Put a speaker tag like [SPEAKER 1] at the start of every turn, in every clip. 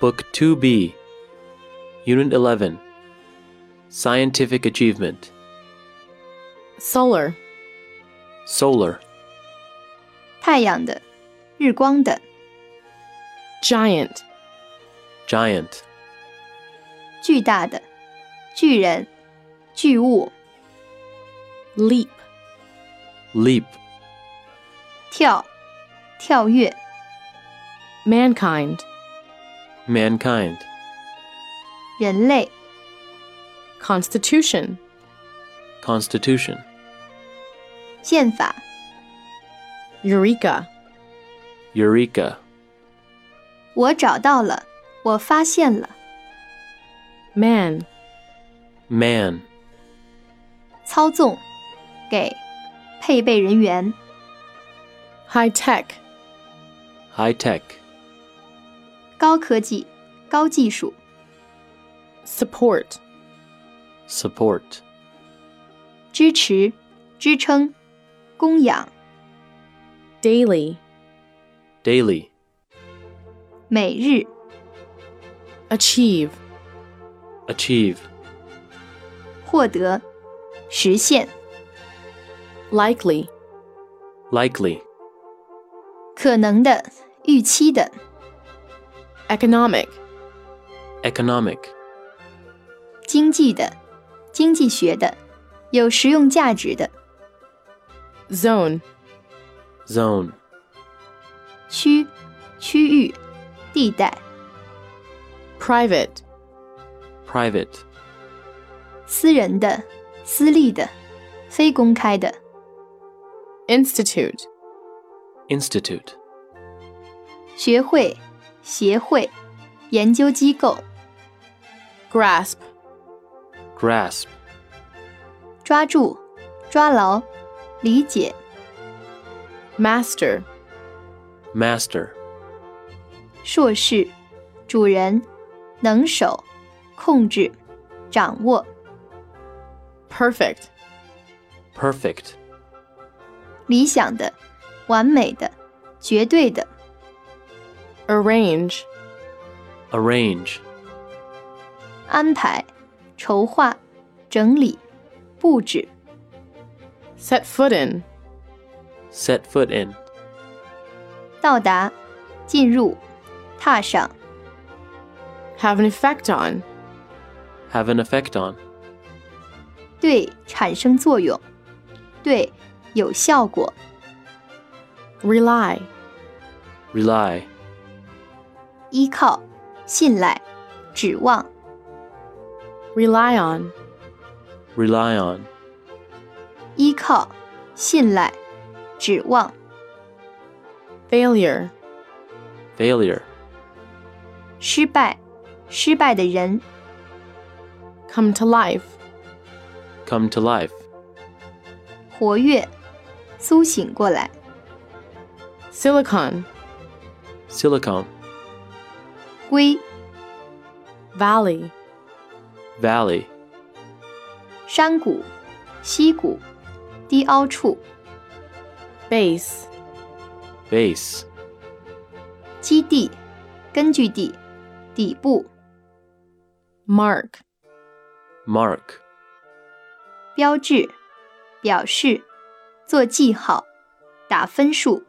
[SPEAKER 1] Book 2B, Unit 11 Scientific Achievement
[SPEAKER 2] solar,
[SPEAKER 1] Solar,
[SPEAKER 3] 太阳的、日光等、
[SPEAKER 2] giant,
[SPEAKER 1] Giant,
[SPEAKER 3] 巨大的、巨人、巨物、
[SPEAKER 2] leap,
[SPEAKER 1] Leap,
[SPEAKER 3] 跳、跳跃、
[SPEAKER 2] mankind,
[SPEAKER 1] Mankind,
[SPEAKER 3] 人类、
[SPEAKER 2] constitution,
[SPEAKER 1] Constitution,
[SPEAKER 3] 宪法、
[SPEAKER 2] eureka,
[SPEAKER 1] Eureka,
[SPEAKER 3] 我找到了，我发现了，
[SPEAKER 2] man,
[SPEAKER 1] Man,
[SPEAKER 3] 操纵，给配备人员，
[SPEAKER 2] high tech,
[SPEAKER 1] High Tech,
[SPEAKER 3] 高科技、高技术，
[SPEAKER 2] support,
[SPEAKER 1] Support,
[SPEAKER 3] 支持、支撑、供养，
[SPEAKER 2] daily,
[SPEAKER 1] Daily,
[SPEAKER 3] 每日
[SPEAKER 2] achieve,
[SPEAKER 1] Achieve,
[SPEAKER 3] 获得、实现，
[SPEAKER 2] likely,
[SPEAKER 1] Likely,
[SPEAKER 3] 可能的、预期的，
[SPEAKER 2] economic,
[SPEAKER 1] Economic,
[SPEAKER 3] 经济的、经济学的，有实用价值的，
[SPEAKER 2] zone,
[SPEAKER 1] Zone,
[SPEAKER 3] 区、区域、地带，
[SPEAKER 2] private,
[SPEAKER 1] Private,
[SPEAKER 3] 私人的、私立的、非公开的，
[SPEAKER 2] institute,
[SPEAKER 1] Institute,
[SPEAKER 3] 学会、协会、研究机构，
[SPEAKER 2] grasp,
[SPEAKER 1] Grasp,
[SPEAKER 3] 抓住、抓牢、理解、
[SPEAKER 2] master,
[SPEAKER 1] Master,
[SPEAKER 3] 硕士、主人、能手、控制、掌握、
[SPEAKER 2] perfect,
[SPEAKER 1] Perfect,
[SPEAKER 3] 理想的、完美的、绝对的、
[SPEAKER 2] arrange,
[SPEAKER 1] Arrange,
[SPEAKER 3] 安排、筹划、整理、布置、
[SPEAKER 2] set foot in,
[SPEAKER 1] Set Foot in,
[SPEAKER 3] 到达、进入、踏上、
[SPEAKER 2] have an effect on,
[SPEAKER 1] Have an Effect on,
[SPEAKER 3] 对产生作用、对有效果、
[SPEAKER 2] rely,
[SPEAKER 1] Rely,
[SPEAKER 3] 依靠、信赖、指望、
[SPEAKER 2] rely on,
[SPEAKER 1] Rely on,
[SPEAKER 3] 依靠、信赖、指望、
[SPEAKER 2] failure,
[SPEAKER 1] Failure,
[SPEAKER 3] 失败、失败的人、
[SPEAKER 2] come to life,
[SPEAKER 1] Come to Life,
[SPEAKER 3] 活跃、苏醒过来、
[SPEAKER 2] silicon,
[SPEAKER 1] Silicon,
[SPEAKER 3] 归、
[SPEAKER 2] valley,
[SPEAKER 1] Valley,
[SPEAKER 3] 山谷、溪谷、低凹处、
[SPEAKER 2] base,
[SPEAKER 1] Base,
[SPEAKER 3] 基地、根据地、底部、
[SPEAKER 2] mark,
[SPEAKER 1] Mark,
[SPEAKER 3] 标志、表示、做记号、打分数、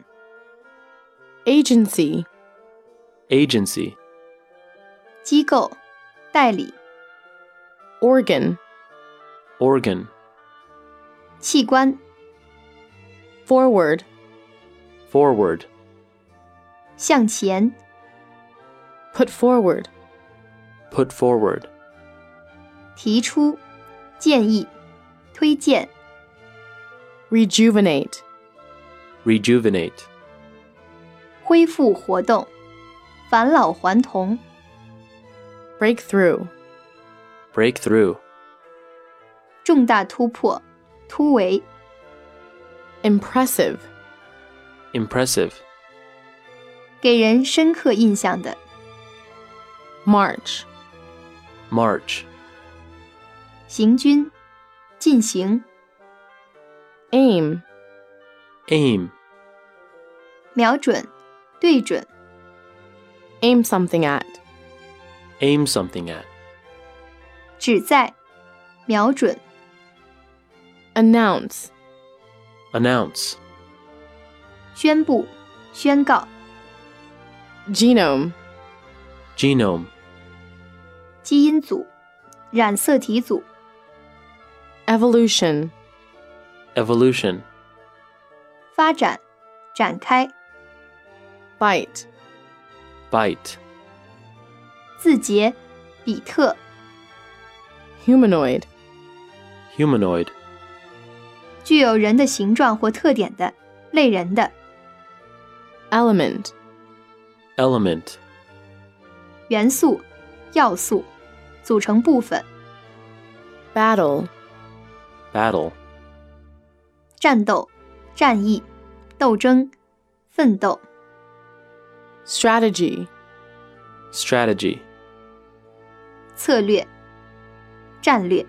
[SPEAKER 2] agency,
[SPEAKER 1] Agency,
[SPEAKER 3] 机构、代理、
[SPEAKER 2] organ,
[SPEAKER 1] Organ,
[SPEAKER 3] 器官、
[SPEAKER 2] forward,
[SPEAKER 1] Forward,
[SPEAKER 3] 向前、
[SPEAKER 2] put forward,
[SPEAKER 1] Put Forward,
[SPEAKER 3] 提出、建议、推荐、
[SPEAKER 2] rejuvenate,
[SPEAKER 1] Rejuvenate,
[SPEAKER 3] 恢复活动、返老还童、
[SPEAKER 2] breakthrough,
[SPEAKER 1] Breakthrough,
[SPEAKER 3] 重大突破、突围、
[SPEAKER 2] impressive,
[SPEAKER 1] Impressive,
[SPEAKER 3] 给人深刻印象的、
[SPEAKER 2] march,
[SPEAKER 1] March,
[SPEAKER 3] 行军、进行、
[SPEAKER 2] aim,
[SPEAKER 1] Aim,
[SPEAKER 3] 瞄准、对准、
[SPEAKER 2] aim something at,
[SPEAKER 1] aim something at,
[SPEAKER 3] 旨在，瞄准，
[SPEAKER 2] announce,
[SPEAKER 1] announce,
[SPEAKER 3] 宣布，宣告，
[SPEAKER 2] genome,
[SPEAKER 1] genome,
[SPEAKER 3] 基因组，染色体组，
[SPEAKER 2] evolution,
[SPEAKER 1] evolution,
[SPEAKER 3] 发展，展开，
[SPEAKER 2] bite,
[SPEAKER 1] bite,
[SPEAKER 3] 字节，比特，
[SPEAKER 2] humanoid,
[SPEAKER 1] humanoid,
[SPEAKER 3] 具有人的形状或特点的，类人的，
[SPEAKER 2] element,
[SPEAKER 1] element,
[SPEAKER 3] 元素，要素，组成部分，
[SPEAKER 2] battle,
[SPEAKER 1] battle,
[SPEAKER 3] 战斗，战役，斗争，奋斗，
[SPEAKER 2] strategy,
[SPEAKER 1] strategy,
[SPEAKER 3] 策略，战略，